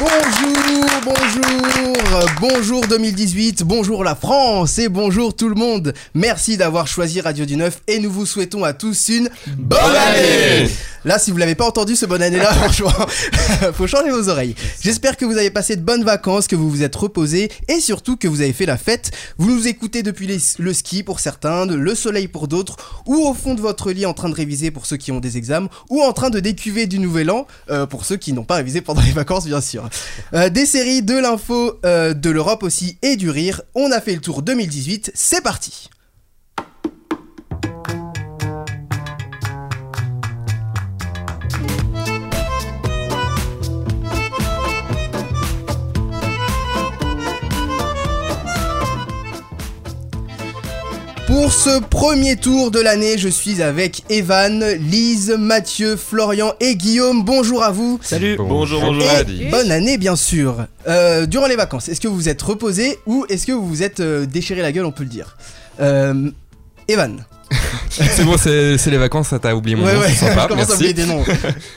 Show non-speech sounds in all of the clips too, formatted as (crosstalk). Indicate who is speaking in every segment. Speaker 1: Bonjour, bonjour, bonjour 2018, bonjour la France et bonjour tout le monde. Merci d'avoir choisi Radio du Neuf et nous vous souhaitons à tous une bonne année. Là, si vous l'avez pas entendu ce bonne (laughs) année-là, franchement, faut changer vos oreilles. J'espère que vous avez passé de bonnes vacances, que vous vous êtes reposés et surtout que vous avez fait la fête. Vous nous écoutez depuis les- le ski pour certains, le soleil pour d'autres, ou au fond de votre lit en train de réviser pour ceux qui ont des examens, ou en train de décuver du nouvel an euh, pour ceux qui n'ont pas révisé pendant les vacances, bien sûr. Euh, des séries, de l'info, euh, de l'Europe aussi et du rire. On a fait le tour 2018, c'est parti. Pour ce premier tour de l'année, je suis avec Evan, Lise, Mathieu, Florian et Guillaume. Bonjour à vous.
Speaker 2: Salut
Speaker 3: Bonjour, bonjour.
Speaker 1: Et
Speaker 3: Adi.
Speaker 1: bonne année bien sûr. Euh, durant les vacances, est-ce que vous vous êtes reposé ou est-ce que vous vous êtes euh, déchiré la gueule, on peut le dire. Euh, Evan.
Speaker 3: C'est bon, c'est c'est les vacances, ça t'a oublié mon nom, c'est
Speaker 1: je (laughs)
Speaker 3: sympa,
Speaker 1: commence à
Speaker 3: merci.
Speaker 1: oublier des noms.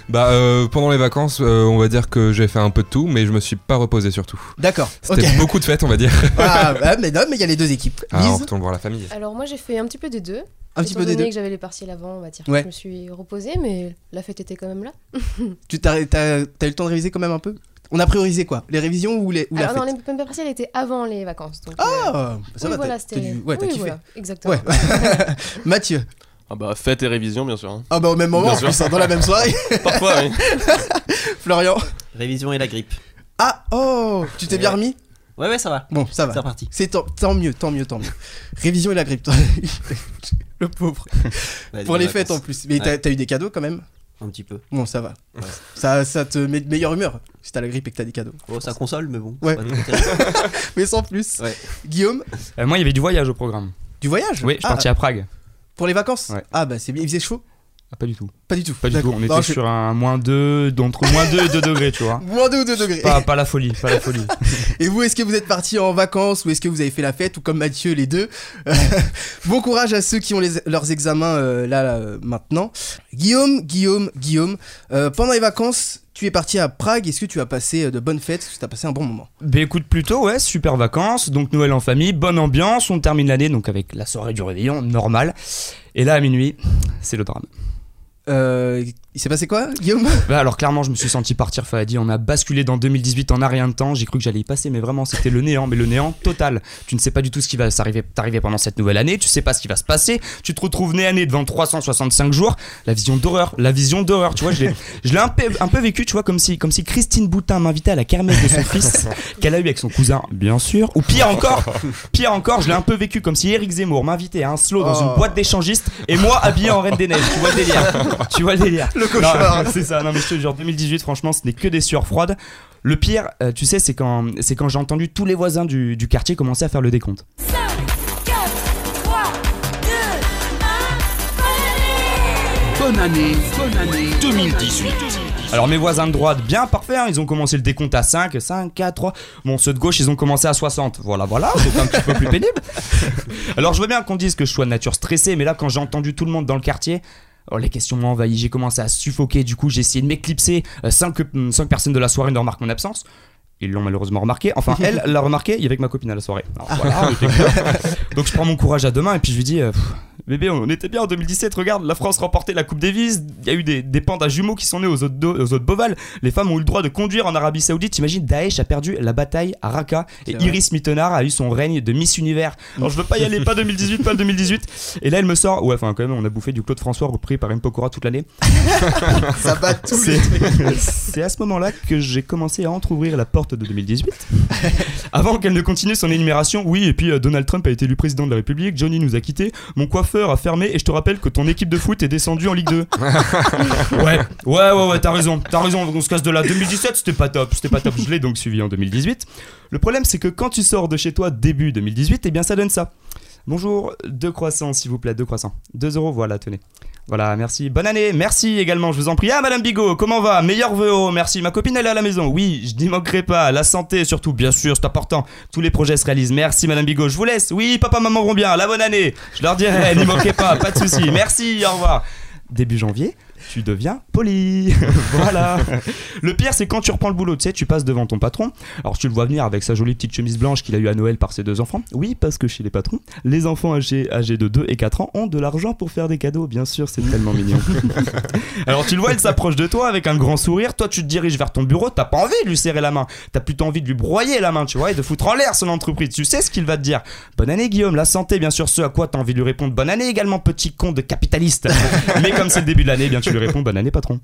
Speaker 3: Bah, euh, pendant les vacances, euh, on va dire que j'ai fait un peu de tout, mais je me suis pas reposé surtout.
Speaker 1: D'accord. Ok.
Speaker 3: C'était beaucoup de fêtes, on va dire.
Speaker 1: Ah, bah, mais non, mais il y a les deux équipes.
Speaker 3: Ah, on
Speaker 1: Lise,
Speaker 3: retourne voir la famille.
Speaker 4: Alors moi j'ai fait un petit peu des deux.
Speaker 1: un petit
Speaker 4: étant
Speaker 1: peu des
Speaker 4: donné
Speaker 1: deux.
Speaker 4: que j'avais les partiels avant, on va dire.
Speaker 1: Ouais.
Speaker 4: Je me suis reposée, mais la fête était quand même là.
Speaker 1: Tu t'as, t'as- t'as eu le temps de réviser quand même un peu On a priorisé quoi Les révisions ou, les, ou la
Speaker 4: Alors
Speaker 1: fête
Speaker 4: Ah, non, les premiers partiels étaient avant les vacances. Donc, euh,
Speaker 1: Ah, ça
Speaker 4: oui,
Speaker 1: va,
Speaker 4: voilà,
Speaker 1: t'as,
Speaker 4: c'était.
Speaker 1: t'as dû- ouais, t'as
Speaker 4: oui,
Speaker 1: kiffé.
Speaker 4: voilà, exactement.
Speaker 1: Ouais. (laughs) Mathieu.
Speaker 5: Ah bah fête et révision bien
Speaker 1: (laughs)
Speaker 5: sûr. hein.
Speaker 1: Ah bah au même moment,
Speaker 5: Bien
Speaker 1: en
Speaker 5: sûr.
Speaker 1: plus, hein, dans la même soirée. (laughs)
Speaker 5: Parfois oui.
Speaker 1: Florian.
Speaker 6: Révision et la grippe.
Speaker 1: Ah oh, tu t'es bien remis
Speaker 6: Ouais, ouais, ça va.
Speaker 1: Bon, ça va.
Speaker 6: C'est reparti.
Speaker 1: C'est tant, tant mieux, tant mieux, tant mieux. Révision et la grippe. toi. (laughs) Le pauvre.
Speaker 6: Ouais,
Speaker 1: Pour les
Speaker 6: des vacances.
Speaker 1: fêtes en plus. Mais t'as t'as eu des cadeaux quand même
Speaker 6: Un petit peu.
Speaker 1: Bon, ça va.
Speaker 6: Ouais.
Speaker 1: Ça, ça te met de meilleure humeur si t'as la grippe et que t'as des cadeaux.
Speaker 6: Bon, ça Oh, console, mais bon.
Speaker 1: Ouais.
Speaker 6: pas trop terrible.
Speaker 1: Mais sans plus.
Speaker 6: Ouais.
Speaker 1: Guillaume,
Speaker 2: Euh, Moi, il y avait du voyage au programme.
Speaker 1: du voyage
Speaker 2: Oui, je suis
Speaker 1: Ah,
Speaker 2: parti à Prague.
Speaker 1: Pour les vacances
Speaker 2: Ouais.
Speaker 1: Ah bah c'est bien. Il faisait chaud
Speaker 2: Ah, pas du tout.
Speaker 1: Pas du tout.
Speaker 2: Pas du tout.
Speaker 1: D'accord.
Speaker 2: On
Speaker 1: Non,
Speaker 2: était
Speaker 1: je-
Speaker 2: sur un moins 2, d'entre moins 2 et 2 degrés,
Speaker 1: (laughs)
Speaker 2: tu vois.
Speaker 1: Moins 2 ou 2 degrés.
Speaker 2: Pas, pas la folie, pas la folie.
Speaker 1: (laughs) Et vous, est-ce que vous êtes parti en vacances ou est-ce que vous avez fait la fête ou comme Mathieu, les deux (laughs) Bon courage à ceux qui ont les- leurs examens euh, là, là, euh, maintenant. Guillaume, Guillaume, Guillaume, euh, pendant les vacances, tu es parti à Prague. Est-ce que tu as passé euh, de bonnes fêtes Est-ce que tu as passé un bon moment
Speaker 2: Bah écoute, plutôt, ouais, super vacances. Donc, Noël en famille, bonne ambiance. On termine l'année donc avec la soirée du réveillon, normal. Et là, à minuit, c'est le drame.
Speaker 1: Euh, Il s'est passé quoi, Guillaume
Speaker 2: Bah alors, clairement, je me suis senti partir, Fadi. On a basculé dans 2018 en un rien de temps. J'ai cru que j'allais y passer, mais vraiment, c'était le néant. Mais le néant total. Tu ne sais pas du tout ce qui va s'arriver t'arriver pendant cette nouvelle année. Tu sais pas ce qui va se passer. Tu te retrouves nez à nez devant 365 jours. La vision d'horreur. La vision d'horreur. Tu vois, je l'ai- je l'ai un peu, un peu vécu, tu vois, comme si, comme si Christine Boutin m'invitait à la kermesse de son fils, qu'elle a eu avec son cousin, bien sûr. Ou pire encore, pire encore, je l'ai un peu vécu comme si Eric Zemmour m'invitait à un slow dans
Speaker 1: Oh.
Speaker 2: une boîte d'échangistes et moi habillé en reine des neiges. Tu vois le délire. Tu vois (laughs) le délire.
Speaker 1: Le cauchemar.
Speaker 2: Non, (laughs) C'est ça, non mais je te jure, 2018, franchement, ce n'est que des sueurs froides. Le pire, euh, tu sais, c'est quand, c'est quand j'ai entendu tous les voisins du, du quartier commencer à faire le décompte.
Speaker 7: Bonne année, bonne année 2018.
Speaker 2: Alors mes voisins de droite, bien parfait, hein, ils ont commencé le décompte à 5, 5, 4, 3. Bon, ceux de gauche, ils ont commencé à 60. Voilà, voilà, c'est un petit peu plus pénible. Alors je veux bien qu'on dise que je sois de nature stressée, mais là quand j'ai entendu tout le monde dans le quartier... Oh, les questions m'ont envahi, j'ai commencé à suffoquer, du coup j'ai essayé de m'éclipser. euh, 5, personnes de la soirée ne remarquent mon absence. Ils l'ont malheureusement remarqué. Enfin, elle l'a remarqué, il y avait que ma copine à la soirée. Alors, voilà, on était cool. Donc je prends mon courage à deux mains et puis je lui dis euh, Pff, Bébé, on était bien en 2017, regarde, la France remportait la Coupe Davis, il y a eu des, des pandas jumeaux qui sont nés aux autres, do- aux autres Boval, les femmes ont eu le droit de conduire en Arabie Saoudite, t'imagines, Daesh a perdu la bataille à Raqqa et
Speaker 1: C'est vrai.
Speaker 2: Iris Mittenard a eu son règne de Miss Univers. Alors je veux pas y aller, pas 2018, pas 2018. Et là elle me sort, ouais, enfin quand même, on a bouffé du Claude François repris par M. Pokora toute l'année.
Speaker 1: (laughs) Ça bat tous les...
Speaker 2: C'est (laughs) c'est à ce moment-là que j'ai commencé à entrouvrir la porte de (laughs) 2018. Avant qu'elle ne continue son énumération, oui, et puis euh, Donald Trump a été élu président de la République, Johnny nous a quittés, mon coiffeur a fermé, et je te rappelle que ton équipe de foot est descendue en Ligue 2. (laughs) ouais, ouais, ouais, ouais, t'as raison, t'as raison, on se casse de là. 2017, c'était pas top, c'était pas top, je l'ai donc suivi en 2018. Le problème, c'est que quand tu sors de chez toi début 2018, eh bien ça donne ça. Bonjour, deux croissants s'il vous plaît, deux croissants. Deux euros, voilà, tenez. Voilà, merci. Bonne année, merci également, je vous en prie. Ah, Madame Bigot, comment va Meilleur vœu, oh, merci. Ma copine, elle est à la maison. Oui, je n'y manquerai pas. La santé, surtout, bien sûr, c'est important. Tous les projets se réalisent. Merci, Madame Bigot, je vous laisse. Oui, papa, maman vont bien. La bonne année. Je leur dirai, n'y manquez pas, pas de souci. Merci, au revoir. Début janvier, tu deviens poli. (laughs) voilà. Le pire, c'est quand tu reprends le boulot, tu sais, tu passes devant ton patron. Alors, tu le vois venir avec sa jolie petite chemise blanche qu'il a eue à Noël par ses deux enfants. Oui, parce que chez les patrons, les enfants âgés, âgés de 2 et 4 ans ont de l'argent pour faire des cadeaux. Bien sûr, c'est
Speaker 1: (laughs)
Speaker 2: tellement mignon. Alors, tu le vois, il s'approche de toi avec un grand sourire. Toi, tu te diriges vers ton bureau. T'as pas envie de lui serrer la main. T'as plutôt envie de lui broyer la main, tu vois, et de foutre en l'air son entreprise. Tu sais ce qu'il va te dire. Bonne année, Guillaume. La santé, bien sûr, ce à quoi t'as envie de lui répondre. Bonne année également, petit con
Speaker 1: (laughs)
Speaker 2: de capitaliste. Mais comme c'est le début de l'année, eh bien, tu lui réponds bonne année, patron.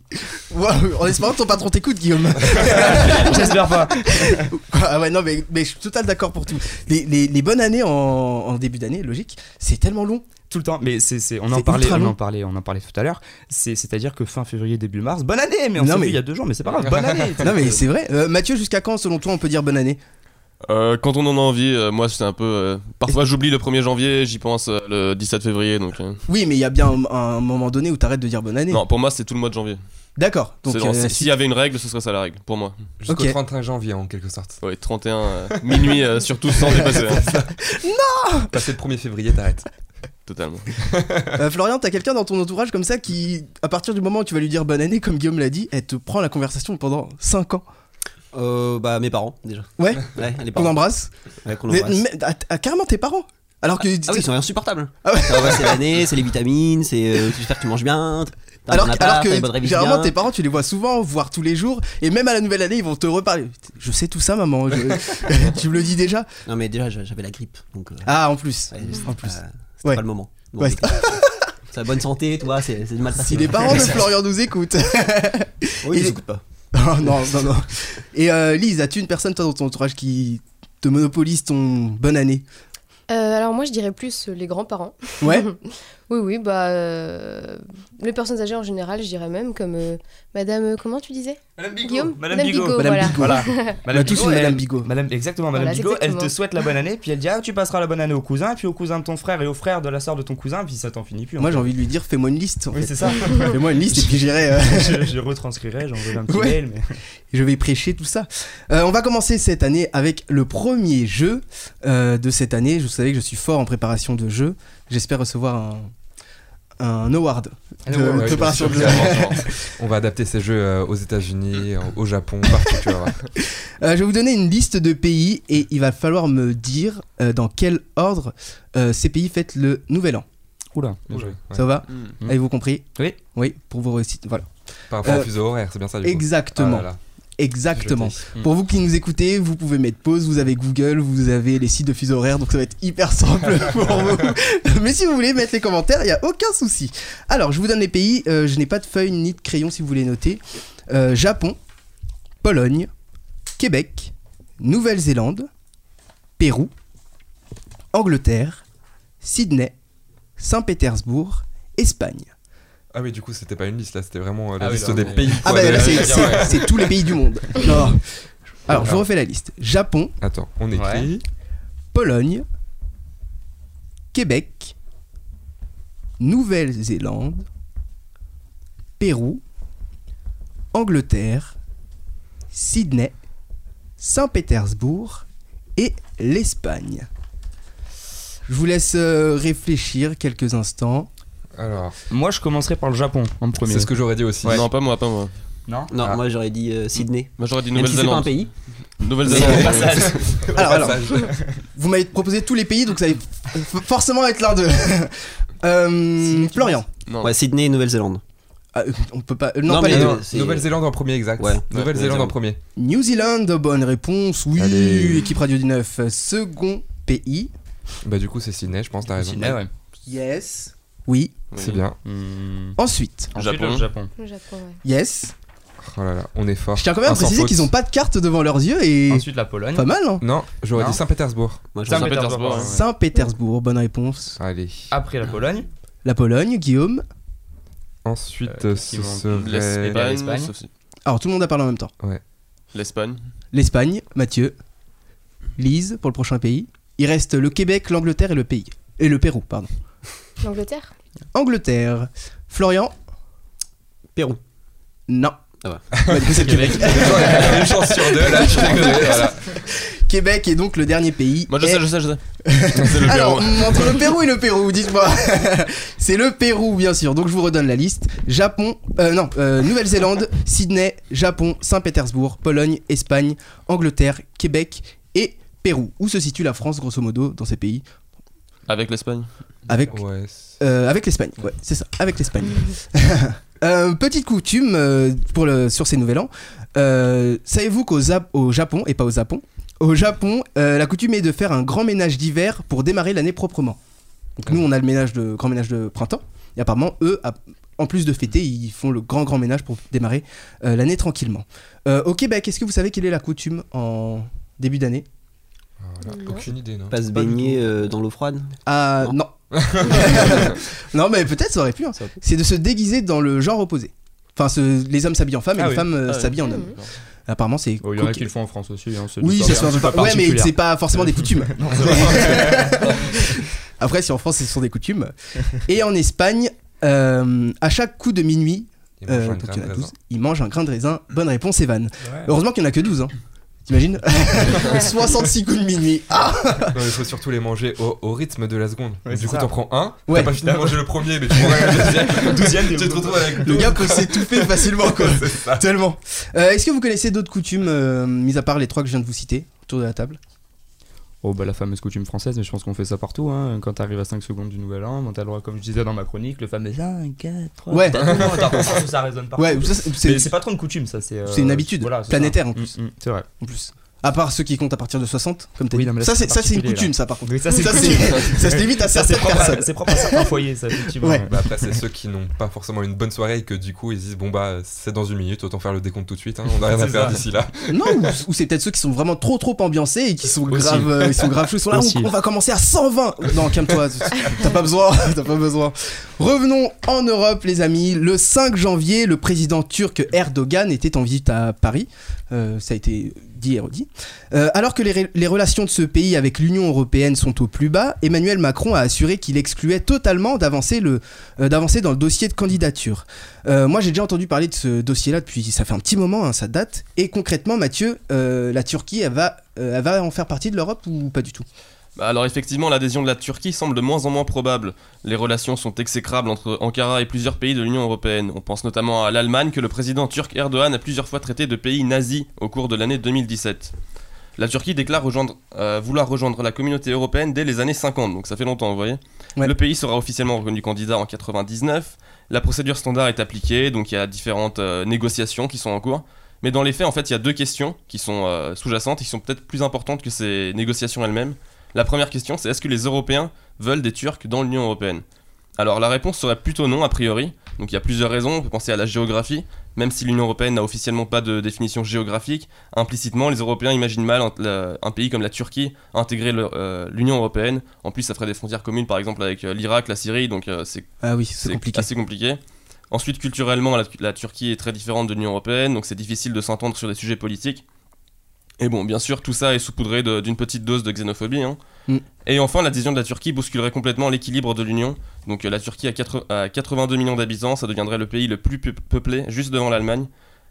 Speaker 1: Waouh, en espérant que ton patron t'écoute,
Speaker 2: (laughs)
Speaker 1: Guillaume.
Speaker 2: J'espère pas.
Speaker 1: ah ouais, non, mais, mais je suis totalement d'accord pour tout. Les, les- les bonnes années en, en début d'année, logique, c'est tellement long.
Speaker 2: Tout le temps. Mais c'est, c'est- on, en
Speaker 1: C'est
Speaker 2: parlait,
Speaker 1: ultra
Speaker 2: on
Speaker 1: long.
Speaker 2: en parlait, on en parlait tout à l'heure. C'est, c'est-à-dire que fin février, début mars, bonne année. Mais on
Speaker 1: Non,
Speaker 2: s'est
Speaker 1: mais-
Speaker 2: vu il y a deux jours, mais c'est pas grave.
Speaker 1: (laughs)
Speaker 2: Bonne année.
Speaker 1: Non, mais c'est vrai. Euh, Mathieu, jusqu'à quand, selon toi, on peut dire bonne année
Speaker 5: Euh, quand on en a envie, euh, moi c'est un peu. euh, parfois j'oublie le 1er janvier, j'y pense euh, le 17 février. Donc, euh.
Speaker 1: Oui, mais il y a bien un, un moment donné où t'arrêtes de dire bonne année.
Speaker 5: Non, pour moi c'est tout le mois de janvier.
Speaker 1: D'accord. Donc,
Speaker 5: C'est- non,
Speaker 1: euh,
Speaker 5: c'est-
Speaker 1: si-
Speaker 5: S'il y avait une règle, ce serait ça la règle, pour moi.
Speaker 3: Jusqu'au
Speaker 1: Ok.
Speaker 3: 31 janvier en quelque sorte.
Speaker 5: Ouais, 31, euh, minuit euh, surtout sans dépasser. hein.
Speaker 3: Passé le 1er février, t'arrêtes.
Speaker 5: Totalement.
Speaker 1: Euh, Florian, t'as quelqu'un dans ton entourage comme ça qui, à partir du moment où tu vas lui dire bonne année, comme Guillaume l'a dit, elle te prend la conversation pendant 5 ans.
Speaker 6: Euh, bah, mes parents, déjà.
Speaker 1: Ouais,
Speaker 6: Ouais, les
Speaker 1: qu'on
Speaker 6: parents.
Speaker 1: embrasse.
Speaker 6: Ouais, qu'on
Speaker 1: Mais-
Speaker 6: embrasse.
Speaker 1: mais- à- à- carrément tes parents. Alors que.
Speaker 6: Ah oui, ils sont insupportables.
Speaker 1: Ah ouais.
Speaker 6: Ça, ouais, c'est l'année, c'est les vitamines, c'est euh, j'espère que tu manges bien. t'as
Speaker 1: Alors,
Speaker 6: ton
Speaker 1: que-
Speaker 6: appart,
Speaker 1: alors
Speaker 6: t'as les bonnes
Speaker 1: que
Speaker 6: révisions
Speaker 1: généralement
Speaker 6: bien.
Speaker 1: tes parents tu les vois souvent, voire tous les jours, et même à la nouvelle année ils vont te reparler. Je sais tout ça maman,
Speaker 6: (laughs)
Speaker 1: je- (laughs) tu me le dis déjà.
Speaker 6: Non, mais déjà, j'a- j'avais la grippe. Donc, euh,
Speaker 1: Ah en plus,
Speaker 6: ouais, c'était
Speaker 1: en plus.
Speaker 6: pas- C'était
Speaker 1: Ouais.
Speaker 6: pas le moment. Bon,
Speaker 1: Ouais.
Speaker 6: c'était- c'est la bonne santé, toi, c'est c'est mal passé.
Speaker 1: Si les
Speaker 6: (laughs)
Speaker 1: parents de Florian nous écoutent. (laughs)
Speaker 6: Oui,
Speaker 1: Et-
Speaker 6: ils écoutent pas.
Speaker 1: oh, non non non. Et euh, Lise, as-tu une personne toi dans ton entourage qui te monopolise ton bonne année
Speaker 4: Euh, alors moi je dirais plus euh, les grands-parents.
Speaker 1: (laughs) Ouais.
Speaker 4: Oui, oui, bah... euh, les personnes âgées en général, je dirais même comme... euh, Madame, euh, comment tu disais
Speaker 2: Madame
Speaker 4: Guillaume
Speaker 2: Madame
Speaker 4: Madame
Speaker 2: Bigot.
Speaker 4: Bigot,
Speaker 1: Madame
Speaker 4: voilà.
Speaker 1: Bigot.
Speaker 2: Voilà.
Speaker 4: (laughs)
Speaker 1: On a Bah, tous une Madame Bigot.
Speaker 2: Madame, exactement, Madame
Speaker 4: Voilà,
Speaker 2: Bigot, elle
Speaker 4: exactement.
Speaker 2: te souhaite la bonne année, puis elle dit Ah, tu passeras la bonne année au cousin, puis au cousin de ton frère et au frère de la soeur de ton cousin, puis ça t'en finit plus. en
Speaker 1: Moi
Speaker 2: fait.
Speaker 1: j'ai envie de lui dire fais-moi une liste. en
Speaker 2: Oui,
Speaker 1: fait.
Speaker 2: c'est ça.
Speaker 1: (laughs)
Speaker 2: (laughs)
Speaker 1: Fais-moi une liste et puis j'irai. euh,
Speaker 2: je, je retranscrirai, j'enverrai un petit
Speaker 1: Ouais.
Speaker 2: mail. Mais...
Speaker 1: Je vais prêcher tout ça. Euh, on va commencer cette année avec le premier jeu euh, de cette année. Je- Vous savez que je suis fort en préparation de jeux. J'espère recevoir un, un award. De-
Speaker 3: Ouais, ouais, ouais,
Speaker 1: préparation
Speaker 3: bien
Speaker 1: de
Speaker 3: sûr,
Speaker 1: jeu.
Speaker 3: clairement. On va adapter ces jeux euh, aux États-Unis, en- au Japon, partout. Tu
Speaker 1: (laughs)
Speaker 3: vas voir.
Speaker 1: (laughs) Euh, je vais vous donner une liste de pays et il va falloir me dire euh, dans quel ordre euh, ces pays fêtent le Nouvel An.
Speaker 2: Oula.
Speaker 3: Bien joué, ouais. Mhm.
Speaker 1: Ça va
Speaker 5: Hmm.
Speaker 2: Mm.
Speaker 1: Avez-vous compris
Speaker 2: Oui.
Speaker 1: Oui, pour vos réussites. Voilà.
Speaker 3: Par rapport
Speaker 1: Euh,
Speaker 3: au fuseau horaire, c'est bien ça du coup.
Speaker 1: Exactement.
Speaker 3: Ah là là,
Speaker 1: Exactement.
Speaker 3: je t'ai-
Speaker 1: Pour vous qui nous écoutez, vous pouvez mettre pause, vous avez Google, vous avez les sites de fuseaux horaires, donc ça va être hyper (laughs) simple pour vous. Mais si vous voulez mettre les commentaires, il n'y a aucun souci. Alors, je vous donne les pays, euh, je n'ai pas de feuille ni de crayon si vous voulez noter. Euh, Japon, Pologne, Québec, Nouvelle-Zélande, Pérou, Angleterre, Sydney, Saint-Pétersbourg, Espagne.
Speaker 3: Ah oui, du coup, c'était pas une liste là, c'était vraiment euh,
Speaker 5: Ah
Speaker 3: la
Speaker 5: oui,
Speaker 3: liste
Speaker 5: là,
Speaker 3: des
Speaker 5: on est-
Speaker 3: pays.
Speaker 1: Ah
Speaker 3: quoi,
Speaker 1: bah
Speaker 3: de-
Speaker 1: là, c'est-
Speaker 3: Ouais.
Speaker 1: c'est c'est tous les pays du (laughs) monde. Non. Alors, je vous refais la liste. Japon,
Speaker 3: Attends, on écrit.
Speaker 1: Pologne, Québec, Nouvelle-Zélande, Pérou, Angleterre, Sydney, Saint-Pétersbourg et l'Espagne. Je vous laisse euh, réfléchir quelques
Speaker 6: (laughs)
Speaker 1: instants.
Speaker 3: Alors,
Speaker 2: Moi, je commencerai par le Japon en premier.
Speaker 3: c'est ce que j'aurais dit aussi.
Speaker 5: (laughs) Non, pas moi, pas moi.
Speaker 2: Non
Speaker 6: Non,
Speaker 3: Ah.
Speaker 6: moi j'aurais dit euh, Sydney.
Speaker 5: Moi j'aurais dit
Speaker 6: Même si c'est pas un
Speaker 5: Nouvelle-Zélande.
Speaker 6: pays.
Speaker 5: Nouvelle-Zélande.
Speaker 1: Alors, alors,
Speaker 3: Passage.
Speaker 1: vous m'avez proposé tous les pays, donc ça va f- forcément être l'un d'eux. (laughs) Euh, Florian.
Speaker 5: Non.
Speaker 6: Ouais, Sydney et Nouvelle-Zélande.
Speaker 1: Ah, euh, on peut pas. euh, non,
Speaker 6: Non,
Speaker 1: pas
Speaker 6: mais
Speaker 1: les deux.
Speaker 3: Non,
Speaker 6: c'est-
Speaker 3: Nouvelle-Zélande en premier, exact.
Speaker 6: Ouais.
Speaker 3: Nouvelle-Zélande en premier.
Speaker 1: New Zealand, bonne réponse, oui,
Speaker 3: Allez.
Speaker 1: équipe Radio 19, second pays.
Speaker 3: Bah, du coup, c'est Sydney, je pense, t'as raison.
Speaker 2: Eh ouais.
Speaker 1: Yes. Oui.
Speaker 3: C'est bien.
Speaker 1: Ensuite,
Speaker 2: Ensuite,
Speaker 5: Japon.
Speaker 2: le Eh Japon. hein.
Speaker 4: Le Japon, ouais.
Speaker 1: yes.
Speaker 3: Oh là là, on est fort.
Speaker 1: Je tiens quand même à
Speaker 3: Un sans
Speaker 1: préciser
Speaker 3: faute.
Speaker 1: qu'ils n'ont pas de carte devant leurs yeux et
Speaker 2: Ensuite, la Pologne.
Speaker 1: pas mal, hein.
Speaker 3: Non, j'aurais
Speaker 2: Non.
Speaker 3: dit Saint-Pétersbourg.
Speaker 6: Moi, je
Speaker 5: Ça-
Speaker 6: pense-
Speaker 5: Saint-Pétersbourg,
Speaker 2: pardon.
Speaker 5: ouais.
Speaker 1: Saint-Pétersbourg, bonne réponse.
Speaker 3: Allez.
Speaker 2: Après la Pologne.
Speaker 1: La Pologne, Guillaume.
Speaker 3: Ensuite,
Speaker 2: Euh, qu'est-ce
Speaker 3: ce
Speaker 2: qui manque
Speaker 3: serait. (laughs)
Speaker 2: L'Espagne.
Speaker 5: L'Espagne. sauf si-
Speaker 1: Alors tout le monde a parlé en même temps.
Speaker 5: L'Espagne.
Speaker 1: L'Espagne, Mathieu. Lise pour le prochain pays. Il reste le Québec, l'Angleterre et le pays. Et le Pérou, pardon.
Speaker 4: L'Angleterre
Speaker 1: Angleterre. Florian,
Speaker 6: Pérou.
Speaker 1: non.
Speaker 6: Ah bah.
Speaker 1: Bah, du coup, c'est le Québec.
Speaker 3: Une chance sur deux, là, je suis désolé, voilà.
Speaker 1: Québec est donc le dernier pays.
Speaker 5: Moi, je
Speaker 1: Et-
Speaker 5: sais, je sais, je sais. C'est le
Speaker 1: Alors,
Speaker 5: Pérou.
Speaker 1: mm,
Speaker 5: (laughs)
Speaker 1: entre le Pérou et le Pérou, dites-moi. (laughs) C'est le Pérou, bien sûr. Donc, je vous redonne la liste. Japon, euh, non, euh, Nouvelle-Zélande, Sydney, Japon, Saint-Pétersbourg, Pologne, Espagne, Angleterre, Québec et Pérou. Où se situe la France, grosso modo, dans ces pays
Speaker 5: Avec l'Espagne.
Speaker 1: Avec
Speaker 3: Ouais, c'est-
Speaker 1: euh, avec l'Espagne, ouais, c'est ça, avec l'Espagne. (laughs) Euh, petite coutume euh, pour le, sur ces nouvel an. Euh, Savez-vous qu'au Zap- au Japon, et pas au Japon, au Japon, euh, la coutume est de faire un grand ménage d'hiver pour démarrer l'année proprement. Donc nous, on a le ménage de, grand ménage de printemps, et apparemment, eux, à- en plus de fêter, ils font le grand grand ménage pour démarrer euh, l'année tranquillement. Euh, au Québec, est-ce que vous savez quelle est la coutume en début d'année
Speaker 3: voilà.
Speaker 4: Non.
Speaker 3: Aucune idée, non
Speaker 6: Pas se
Speaker 1: Pas du
Speaker 6: baigner euh, dans l'eau froide.
Speaker 1: Ah, non.
Speaker 2: (laughs)
Speaker 1: (laughs) non, mais peut-être ça aurait pu. hein.
Speaker 6: Ça aurait pu.
Speaker 1: C'est de se déguiser dans le genre opposé. Enfin, se- les hommes s'habillent en femme et
Speaker 2: Ah
Speaker 1: les
Speaker 2: oui.
Speaker 1: femmes euh,
Speaker 5: Ah oui.
Speaker 1: s'habillent en
Speaker 4: Mmh.
Speaker 1: homme. Apparemment, c'est.
Speaker 2: Oh, Il y en a
Speaker 1: coquet.
Speaker 2: qui le font en France aussi. hein, c'est
Speaker 1: Oui,
Speaker 2: du
Speaker 1: ça
Speaker 2: par-
Speaker 1: se fait un peu
Speaker 2: pas
Speaker 1: par- Ouais, mais
Speaker 2: particulier.
Speaker 1: c'est pas forcément des
Speaker 2: (laughs)
Speaker 1: coutumes. (laughs) Après, si en France, ce sont des coutumes. Et en Espagne, euh, à chaque coup de minuit,
Speaker 3: Il
Speaker 1: euh,
Speaker 3: mange un
Speaker 1: donc
Speaker 3: grain
Speaker 1: il y en a
Speaker 3: de
Speaker 1: 12,
Speaker 3: raisin.
Speaker 1: il mange un grain de raisin. Bonne réponse, Evan. Heureusement qu'il n'y en a que 12. Hein.
Speaker 2: (laughs)
Speaker 1: T'imagines (laughs) 66 coups de minuit. Ah
Speaker 3: Non, mais il faut surtout les manger au, au rythme de la seconde.
Speaker 2: Ouais, c'est
Speaker 3: du coup,
Speaker 2: ça.
Speaker 3: t'en prends un,
Speaker 1: Ouais.
Speaker 3: t'as pas fini de manger le premier, mais tu prends
Speaker 2: (laughs)
Speaker 3: le deuxième,
Speaker 2: Douzième, t'es
Speaker 3: tu te
Speaker 2: au-
Speaker 3: retrouves avec
Speaker 1: Le gars peut s'étouffer facilement, quoi.
Speaker 3: (laughs) C'est ça.
Speaker 1: Tellement. Euh, Est-ce que vous connaissez d'autres coutumes, euh, mis à part les trois que je viens de vous citer, autour de la table
Speaker 2: Oh bah la fameuse coutume française, mais je pense qu'on fait ça partout. Hein. Quand t'arrives à 5 secondes du nouvel an, bon, t'as le droit, comme je disais dans ma chronique, le fameux 5, 4, 3. (laughs)
Speaker 1: Ouais.
Speaker 2: T'as tout le monde, t'as l'impression que ça résonne partout.
Speaker 1: Ouais, ça, c'est-
Speaker 2: Mais
Speaker 1: c'est
Speaker 2: c'est pas trop une coutume, ça. C'est euh,
Speaker 1: c'est une habitude
Speaker 2: voilà, c'est
Speaker 1: planétaire en
Speaker 2: ça.
Speaker 1: plus.
Speaker 2: Mm, mm, C'est vrai.
Speaker 1: en plus. À part ceux qui comptent à partir de 60, comme t'as
Speaker 2: Oui,
Speaker 1: dit.
Speaker 2: non, mais là,
Speaker 1: ça,
Speaker 2: c'est
Speaker 1: c'est ça, c'est une
Speaker 2: particulier,
Speaker 1: coutume,
Speaker 2: là.
Speaker 1: ça, par contre.
Speaker 2: Oui, ça, c'est
Speaker 1: ça, (laughs)
Speaker 2: une
Speaker 1: c'est- ça se limite à
Speaker 2: Ça, c'est
Speaker 1: certaines
Speaker 2: propre, à-
Speaker 1: personnes.
Speaker 2: c'est propre à certains foyers, ça, effectivement.
Speaker 1: Ouais.
Speaker 3: Bah après, c'est ceux qui n'ont pas forcément une bonne soirée et que du coup, ils se disent Bon, bah, c'est dans une minute, autant faire le décompte tout de suite, hein, on a rien à
Speaker 2: C'est
Speaker 3: faire
Speaker 2: ça.
Speaker 3: d'ici là.
Speaker 1: Non, ou, ou c'est peut-être ceux qui sont vraiment trop trop ambiancés et qui sont
Speaker 2: Aussi.
Speaker 1: grave, euh, ils sont grave chauds. Ils sont là,
Speaker 2: Aussi.
Speaker 1: on, on va commencer à 120. Non, calme-toi, (laughs) t'as pas besoin, (laughs) t'as pas besoin. Revenons en Europe, les amis. Le 5 janvier, le président turc Erdogan était en visite à Paris. Euh, ça a été dit et redit. Euh, alors que les, ré- les relations de ce pays avec l'Union européenne sont au plus bas, Emmanuel Macron a assuré qu'il excluait totalement d'avancer le, euh, d'avancer dans le dossier de candidature. Euh, moi, j'ai déjà entendu parler de ce dossier-là depuis, ça fait un petit moment, hein, ça date. Et concrètement, Mathieu, euh, la Turquie, elle va, euh, elle va en faire partie de l'Europe ou pas du tout
Speaker 5: Bah alors effectivement, l'adhésion de la Turquie semble de moins en moins probable. Les relations sont exécrables entre Ankara et plusieurs pays de l'Union européenne. On pense notamment à l'Allemagne que le président turc Erdogan a plusieurs fois traité de pays nazi au cours de l'année 2017. La Turquie déclare rejoindre- euh, vouloir rejoindre la communauté européenne dès les années 50, donc ça fait longtemps, vous voyez.
Speaker 1: Ouais.
Speaker 5: Le pays sera officiellement reconnu candidat en 99. La procédure standard est appliquée, donc il y a différentes euh, négociations qui sont en cours. Mais dans les faits, en fait, il y a deux questions qui sont euh, sous-jacentes, qui sont peut-être plus importantes que ces négociations elles-mêmes. La première question, c'est est-ce que les Européens veulent des Turcs dans l'Union Européenne Alors la réponse serait plutôt non, a priori. Donc il y a plusieurs raisons. On peut penser à la géographie. Même si l'Union Européenne n'a officiellement pas de définition géographique, implicitement, les Européens imaginent mal un, la- un pays comme la Turquie intégrer le- euh, l'Union Européenne. En plus, ça ferait des frontières communes, par exemple, avec euh, l'Irak, la Syrie. Donc euh, c'est
Speaker 1: Ah oui, c'est compliqué.
Speaker 5: assez compliqué. Ensuite, culturellement, la, la Turquie est très différente de l'Union Européenne, donc c'est difficile de s'entendre sur des sujets politiques. Et bon, bien sûr, tout ça est saupoudré de- d'une petite dose de xénophobie. hein.
Speaker 1: Mm.
Speaker 5: Et enfin, l'adhésion de la Turquie bousculerait complètement l'équilibre de l'Union. Donc euh, la Turquie a, quatre- a 82 millions d'habitants, ça deviendrait le pays le plus peu- peuplé, juste devant l'Allemagne.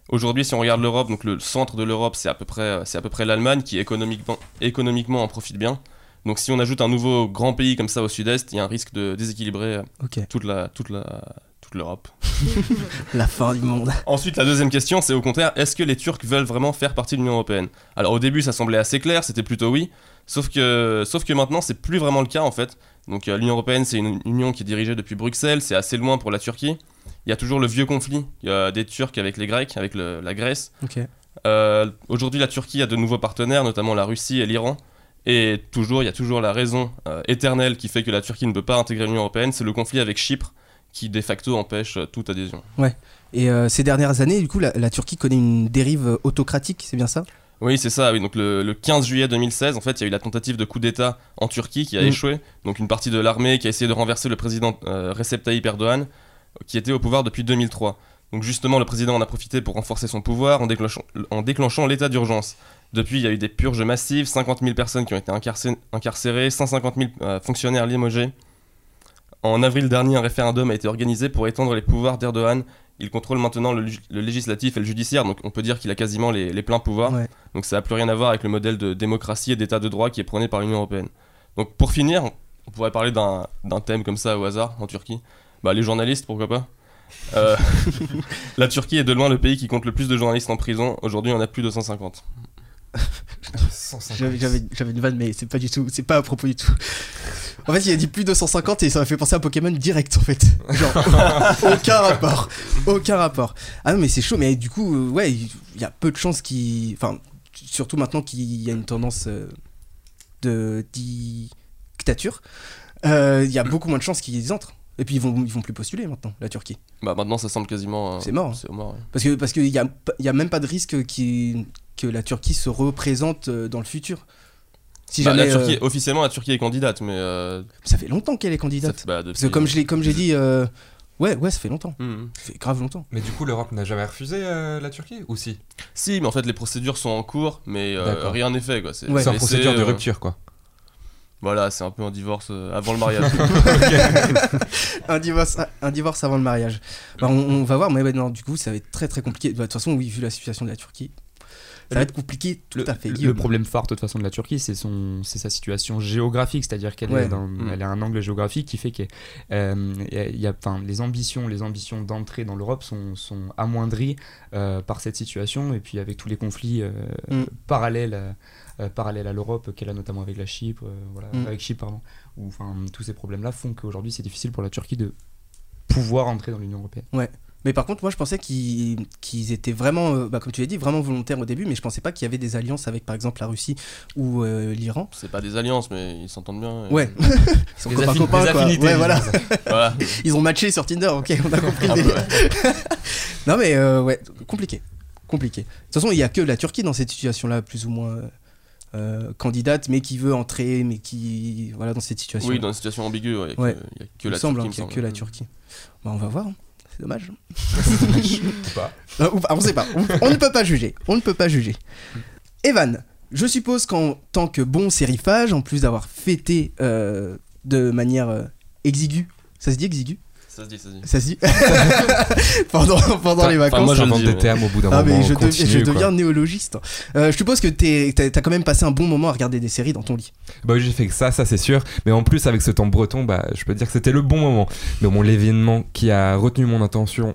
Speaker 5: Aujourd'hui, si on regarde l'Europe, donc le centre de l'Europe, c'est à peu près, euh, c'est à peu près l'Allemagne qui économiquement, économiquement en profite bien. Donc si on ajoute un nouveau grand pays comme ça au sud-est, il y a un risque de déséquilibrer euh,
Speaker 1: Ok,
Speaker 5: toute la toute la toute l'Europe.
Speaker 1: la fin du monde.
Speaker 5: Ensuite, la deuxième question, c'est au contraire, est-ce que les Turcs veulent vraiment faire partie de l'Union européenne Alors au début, ça semblait assez clair, c'était plutôt oui, sauf que sauf que maintenant, c'est plus vraiment le cas en fait. Donc euh, l'Union européenne, c'est une union qui est dirigée depuis Bruxelles, c'est assez loin pour la Turquie. Il y a toujours le vieux conflit euh, des Turcs avec les Grecs, avec le- la Grèce.
Speaker 1: Ok.
Speaker 5: Euh, Aujourd'hui, la Turquie a de nouveaux partenaires, notamment la Russie et l'Iran. Et toujours, il y a toujours la raison euh, éternelle qui fait que la Turquie ne peut pas intégrer l'Union européenne, c'est le conflit avec Chypre qui de facto empêche euh, toute adhésion.
Speaker 1: Et euh, ces dernières années, du coup, la, la Turquie connaît une dérive euh, autocratique, c'est bien ça
Speaker 5: Oui, c'est ça. Oui. Donc le, le 15 juillet 2016, en fait, il y a eu la tentative de coup d'État en Turquie qui a
Speaker 1: Mm.
Speaker 5: échoué. Donc une partie de l'armée qui a essayé de renverser le président euh, Recep Tayyip Erdogan, euh, qui était au pouvoir depuis 2003. Donc justement, le président en a profité pour renforcer son pouvoir en déclenchant, en déclenchant l'état d'urgence. Depuis, il y a eu des purges massives, 50 000 personnes qui ont été incarcé- incarcérées, 150 000 euh, fonctionnaires limogés. En avril dernier, un référendum a été organisé pour étendre les pouvoirs d'Erdogan Il contrôle maintenant le, le législatif et le judiciaire, donc on peut dire qu'il a quasiment les, les pleins pouvoirs.
Speaker 1: Ouais.
Speaker 5: Donc ça n'a plus rien à voir avec le modèle de démocratie et d'état de droit qui est prôné par l'Union européenne. Donc pour finir, on- on pourrait parler d'un d'un thème comme ça au hasard en Turquie. Bah les journalistes, pourquoi pas Euh, (laughs) La Turquie est de loin le pays qui compte le plus de journalistes en prison. Aujourd'hui, on en a plus de 150.
Speaker 3: 150.
Speaker 1: J'avais j'avais- j'avais une vanne, mais c'est pas du tout, c'est pas à propos du tout. (laughs) En fait, il a dit plus de 150 et ça m'a fait penser à Pokémon direct en (laughs) fait. Genre, aucun rapport, aucun rapport. Ah non, mais c'est chaud, mais du coup, euh, ouais, il y a peu de chances qu'il. Enfin, surtout maintenant qu'il y a une tendance euh, de dictature, euh, il y a beaucoup moins de chances qu'ils entrent. Et puis ils vont, ils vont plus postuler maintenant, la Turquie.
Speaker 5: Bah maintenant, ça semble quasiment. euh,
Speaker 1: C'est mort. hein.
Speaker 5: C'est mort. ouais.
Speaker 1: Parce qu'il parce que y a, y a même pas de risque qui, que la Turquie se représente euh, dans le futur. Si
Speaker 5: Bah,
Speaker 1: jamais,
Speaker 5: la Turquie,
Speaker 1: euh,
Speaker 5: Officiellement, la Turquie est candidate, mais. euh,
Speaker 1: ça fait longtemps qu'elle est candidate.
Speaker 5: ça- bah, depuis-
Speaker 1: Parce que comme je l'ai comme j'ai dit, euh, ouais ouais ça fait longtemps,
Speaker 5: Mhm.
Speaker 1: ça fait grave
Speaker 3: (laughs)
Speaker 1: longtemps.
Speaker 3: Mais du coup, l'Europe n'a jamais refusé euh, la Turquie Ou si
Speaker 5: Si, mais en fait, les procédures sont en cours, mais euh,
Speaker 3: D'accord.
Speaker 5: rien n'est fait. quoi. C'est
Speaker 1: Ouais.
Speaker 3: C'est en
Speaker 5: laissé,
Speaker 3: procédure de
Speaker 5: euh,
Speaker 3: rupture, quoi.
Speaker 5: Voilà, c'est un peu un divorce euh, avant le mariage.
Speaker 1: (laughs) Un divorce un divorce avant le mariage. Bah, on, on va voir, mais ouais, non, du coup ça va être très très compliqué. Bah, De toute façon oui vu la situation de la Turquie, ça va être compliqué tout
Speaker 2: le,
Speaker 1: à fait.
Speaker 2: le-
Speaker 1: Guillaume.
Speaker 2: le problème phare de toute façon de la Turquie, c'est son, c'est sa situation géographique, c'est-à-dire qu'elle
Speaker 1: Ouais.
Speaker 2: est dans-
Speaker 5: Mm.
Speaker 2: elle a un angle géographique qui fait que euh, il y a, enfin, les ambitions, les ambitions d'entrée dans l'Europe sont, sont amoindries euh, par cette situation et puis avec tous les conflits euh,
Speaker 1: Mm.
Speaker 2: parallèles. euh, euh, parallèles à l'Europe qu'elle a notamment avec la Chypre, euh, voilà,
Speaker 1: Mm.
Speaker 2: avec Chypre pardon, où enfin tous ces problèmes-là font qu'aujourd'hui c'est difficile pour la Turquie de pouvoir entrer dans l'Union européenne.
Speaker 1: Mais par contre moi je pensais qu'ils qu'ils étaient vraiment, euh, bah, comme tu l'as dit, vraiment volontaires au début, mais je pensais pas qu'il y avait des alliances avec par exemple la Russie ou euh, l'Iran.
Speaker 5: c'est pas des alliances, mais ils s'entendent bien. et- (laughs)
Speaker 1: Ouais. Ils sont
Speaker 2: Des
Speaker 1: copains
Speaker 2: affi-
Speaker 1: copains
Speaker 2: des
Speaker 1: quoi.
Speaker 2: affinités,
Speaker 1: Ouais voilà.
Speaker 5: Voilà.
Speaker 1: Ils ont matché sur Tinder, ok, on a compris le
Speaker 5: Un peu,
Speaker 1: délire. non mais euh, ouais, compliqué. Compliqué. De toute façon, il n'y a que la Turquie dans cette situation-là, plus ou moins euh, euh, candidate, mais qui veut entrer, mais qui. Voilà, dans cette situation.
Speaker 5: Oui, dans une situation ambiguë, ouais, il
Speaker 1: Ouais.
Speaker 5: n'y a, que
Speaker 1: il me
Speaker 5: la
Speaker 1: semble, hein,
Speaker 5: Turquie.
Speaker 1: qu'il y a
Speaker 5: il me
Speaker 1: que la
Speaker 5: semble.
Speaker 1: Turquie. Bah, on va voir, hein. c'est dommage. hein.
Speaker 5: (laughs)
Speaker 3: pas.
Speaker 1: Euh, ou pas, on sait pas, on, on ne peut pas juger. On ne peut pas juger. Evan, je suppose qu'en tant que bon sérifage, en plus d'avoir fêté euh, de manière euh, exiguë, ça se dit exigu
Speaker 5: Ça se dit, ça se dit.
Speaker 1: Ça se dit (laughs) pendant, pendant les
Speaker 5: Enfin,
Speaker 1: vacances.
Speaker 5: moi, je le
Speaker 3: J'invente
Speaker 5: dis,
Speaker 3: des
Speaker 5: mais-
Speaker 3: termes au bout d'un
Speaker 1: Ah
Speaker 3: moment.
Speaker 1: mais je,
Speaker 3: on
Speaker 1: deviens-
Speaker 3: continue,
Speaker 1: je
Speaker 3: quoi.
Speaker 1: deviens néologiste. Euh, je suppose que t'es- t'as t'as quand même passé un bon moment à regarder des séries dans ton lit.
Speaker 3: Bah oui, j'ai fait que ça, ça c'est sûr. Mais en plus, avec ce temps breton, bah, je peux dire que c'était le bon moment. Mais bon, l'événement qui a retenu mon attention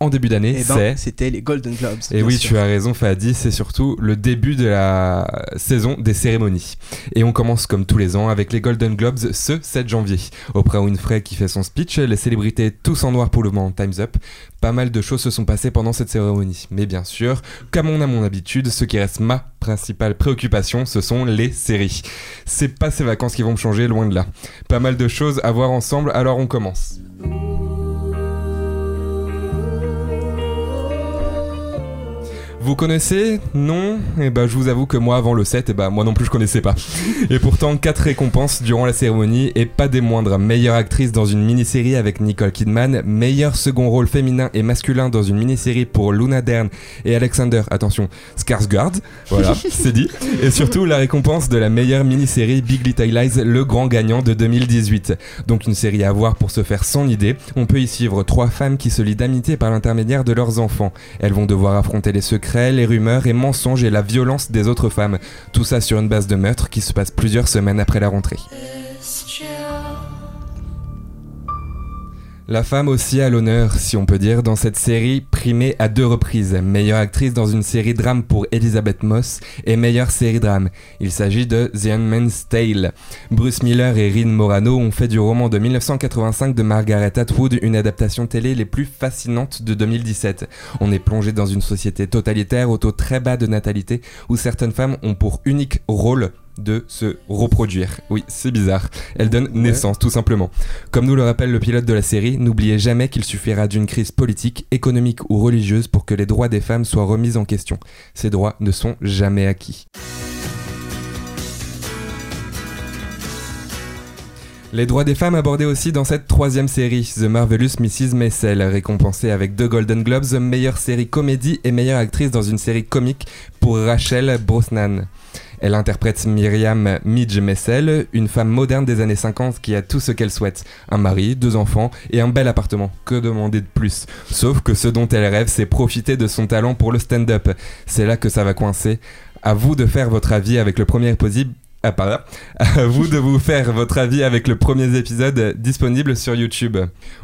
Speaker 3: en début d'année,
Speaker 1: Eh
Speaker 3: c'est.
Speaker 1: ben, c'était les Golden Globes.
Speaker 3: Et oui, tu as raison, Fadi, c'est surtout le début de la saison des cérémonies. Et on commence comme tous les ans avec les Golden Globes ce 7 janvier. Oprah Winfrey qui fait son speech, les célébrités tous en noir pour le moment Time's Up. Pas mal de choses se sont passées pendant cette cérémonie. Mais bien sûr, comme on a mon habitude, ce qui reste ma principale préoccupation, ce sont les séries. C'est pas ces vacances qui vont me changer, loin de là. Pas mal de choses à voir ensemble, alors on commence. Vous connaissez Non Eh ben, je vous avoue que moi, avant le 7, eh ben, moi non plus, je connaissais pas. Et pourtant, quatre récompenses durant la cérémonie, et pas des moindres. Meilleure actrice dans une mini-série avec Nicole Kidman, meilleur second rôle féminin et masculin dans une mini-série pour Luna Dern et Alexander, attention, Skarsgård, voilà, c'est dit. Et surtout, la récompense de la meilleure mini-série Big Little Lies, le grand gagnant de 2018. Donc une série à voir pour se faire son idée. On peut y suivre trois femmes qui se lient d'amitié par l'intermédiaire de leurs enfants. Elles vont devoir affronter les secrets, les rumeurs et mensonges et la violence des autres femmes. Tout ça sur une base de meurtre qui se passe plusieurs semaines après la rentrée. La femme aussi à l'honneur, si on peut dire, dans cette série, primée à deux reprises. Meilleure actrice dans une série drame pour Elisabeth Moss et meilleure série drame. Il s'agit de The Handmaid's Tale. Bruce Miller et Rin Morano ont fait du roman de 1985 de Margaret Atwood une adaptation télé les plus fascinantes de 2017. On est plongé dans une société totalitaire au taux très bas de natalité où certaines femmes ont pour unique rôle de se reproduire. Oui, c'est bizarre. Elles donnent naissance, tout simplement. Comme nous le rappelle le pilote de la série, n'oubliez jamais qu'il suffira d'une crise politique, économique ou religieuse pour que les droits des femmes soient remis en question. Ces droits ne sont jamais acquis. Les droits des femmes abordés aussi dans cette troisième série, The Marvelous Mrs. Maisel, récompensée avec deux Golden Globes, meilleure série comédie et meilleure actrice dans une série comique pour Rachel Brosnan. Elle interprète Myriam Midge Maisel, une femme moderne des années 50 qui a tout ce qu'elle souhaite un mari, deux enfants et un bel appartement. Que demander de plus Sauf que ce dont elle rêve, c'est profiter de son talent pour le stand-up. C'est là que ça va coincer. À vous de faire votre avis avec le premier possible. Ah, pardon. À (laughs) vous de vous faire votre avis avec le premier épisode disponible sur YouTube.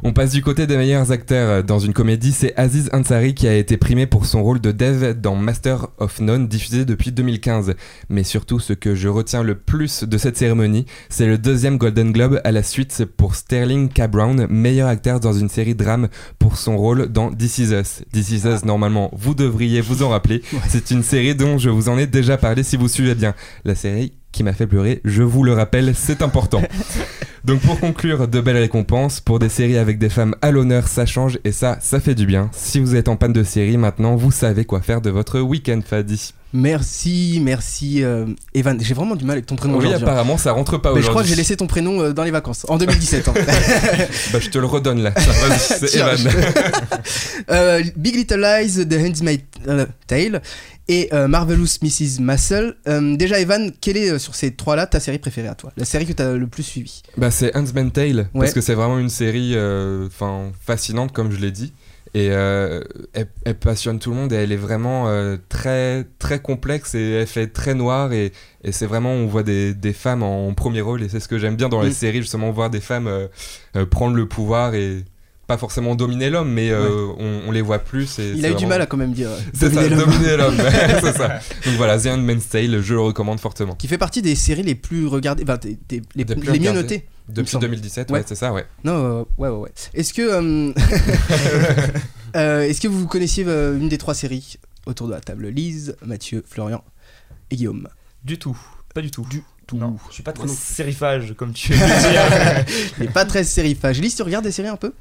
Speaker 3: On passe du côté des meilleurs acteurs. Dans une comédie, c'est Aziz Ansari qui a été primé pour son rôle de Dev dans Master of None diffusé depuis 2015. Mais surtout, ce que je retiens le plus de cette cérémonie, c'est le deuxième Golden Globe à la suite pour Sterling K. Brown, meilleur acteur dans une série drame pour son rôle dans This Is Us. This Is Us, normalement, vous devriez vous en rappeler. C'est une série dont je vous en ai déjà parlé si vous suivez bien. La série qui m'a fait pleurer, je vous le rappelle, c'est important. Donc pour conclure, de belles récompenses pour des séries avec des femmes à l'honneur, ça change et ça, ça fait du bien. Si vous êtes en panne de série maintenant, vous savez quoi faire de votre week-end, Fadi.
Speaker 1: Merci, merci euh, Evan. J'ai vraiment du mal avec ton prénom
Speaker 3: Oui,
Speaker 1: aujourd'hui. hein.
Speaker 3: apparemment, ça rentre pas
Speaker 1: Mais
Speaker 3: aujourd'hui.
Speaker 1: je crois que j'ai laissé ton prénom euh, dans les vacances en 2017. hein. (laughs)
Speaker 3: Bah, je te le redonne là. Ça, vas-y, (laughs) c'est
Speaker 1: Tiens, (laughs)
Speaker 3: Evan.
Speaker 1: je- Euh, Big Little Lies, The Handmaid's euh, Tale et euh, Marvelous Mrs. Maisel. Euh, déjà, Evan, quelle est euh, sur ces trois-là ta série préférée à toi La série que tu as le plus suivie
Speaker 3: Bah, c'est Huntsman Tale,
Speaker 1: Ouais.
Speaker 3: parce que c'est vraiment une série euh, 'fin, fascinante, comme je l'ai dit. Et euh, elle, elle passionne tout le monde et elle est vraiment euh, très, très complexe et elle fait très noir. Et, et c'est vraiment, on voit des, des femmes en, premier rôle. Et c'est ce que j'aime bien dans les
Speaker 1: Mm.
Speaker 3: séries, justement, voir des femmes euh, euh, prendre le pouvoir et pas forcément dominer l'homme, mais euh, on, on les voit plus. Et
Speaker 1: Il
Speaker 3: c'est
Speaker 1: a eu du
Speaker 3: vraiment-
Speaker 1: mal à quand même dire. euh,
Speaker 3: C'est ça,
Speaker 1: dominer l'homme. (laughs)
Speaker 3: dominer l'homme. (laughs) c'est ça. Donc voilà, The Handmaid's Tale, je le recommande fortement.
Speaker 1: Qui fait partie des séries les plus regardées, enfin, des- des- les,
Speaker 3: Des plus
Speaker 1: les mieux
Speaker 3: regardées.
Speaker 1: notées.
Speaker 3: Depuis
Speaker 1: semble.
Speaker 3: 2017, ouais,
Speaker 1: Ouais.
Speaker 3: c'est ça, ouais.
Speaker 1: Non, euh, ouais, ouais, ouais. Est-ce que. euh, (laughs) euh, Est-ce que vous connaissiez euh, une des trois séries autour de la table Lise, Mathieu, Florian et
Speaker 3: (laughs)
Speaker 1: Guillaume.
Speaker 2: Du tout. Pas du tout. Bah, Du
Speaker 1: tout.
Speaker 2: Non, je suis pas très sérifage comme (laughs) tu veux dire.
Speaker 1: Mais pas très sérifage. Lise, tu regardes des séries un peu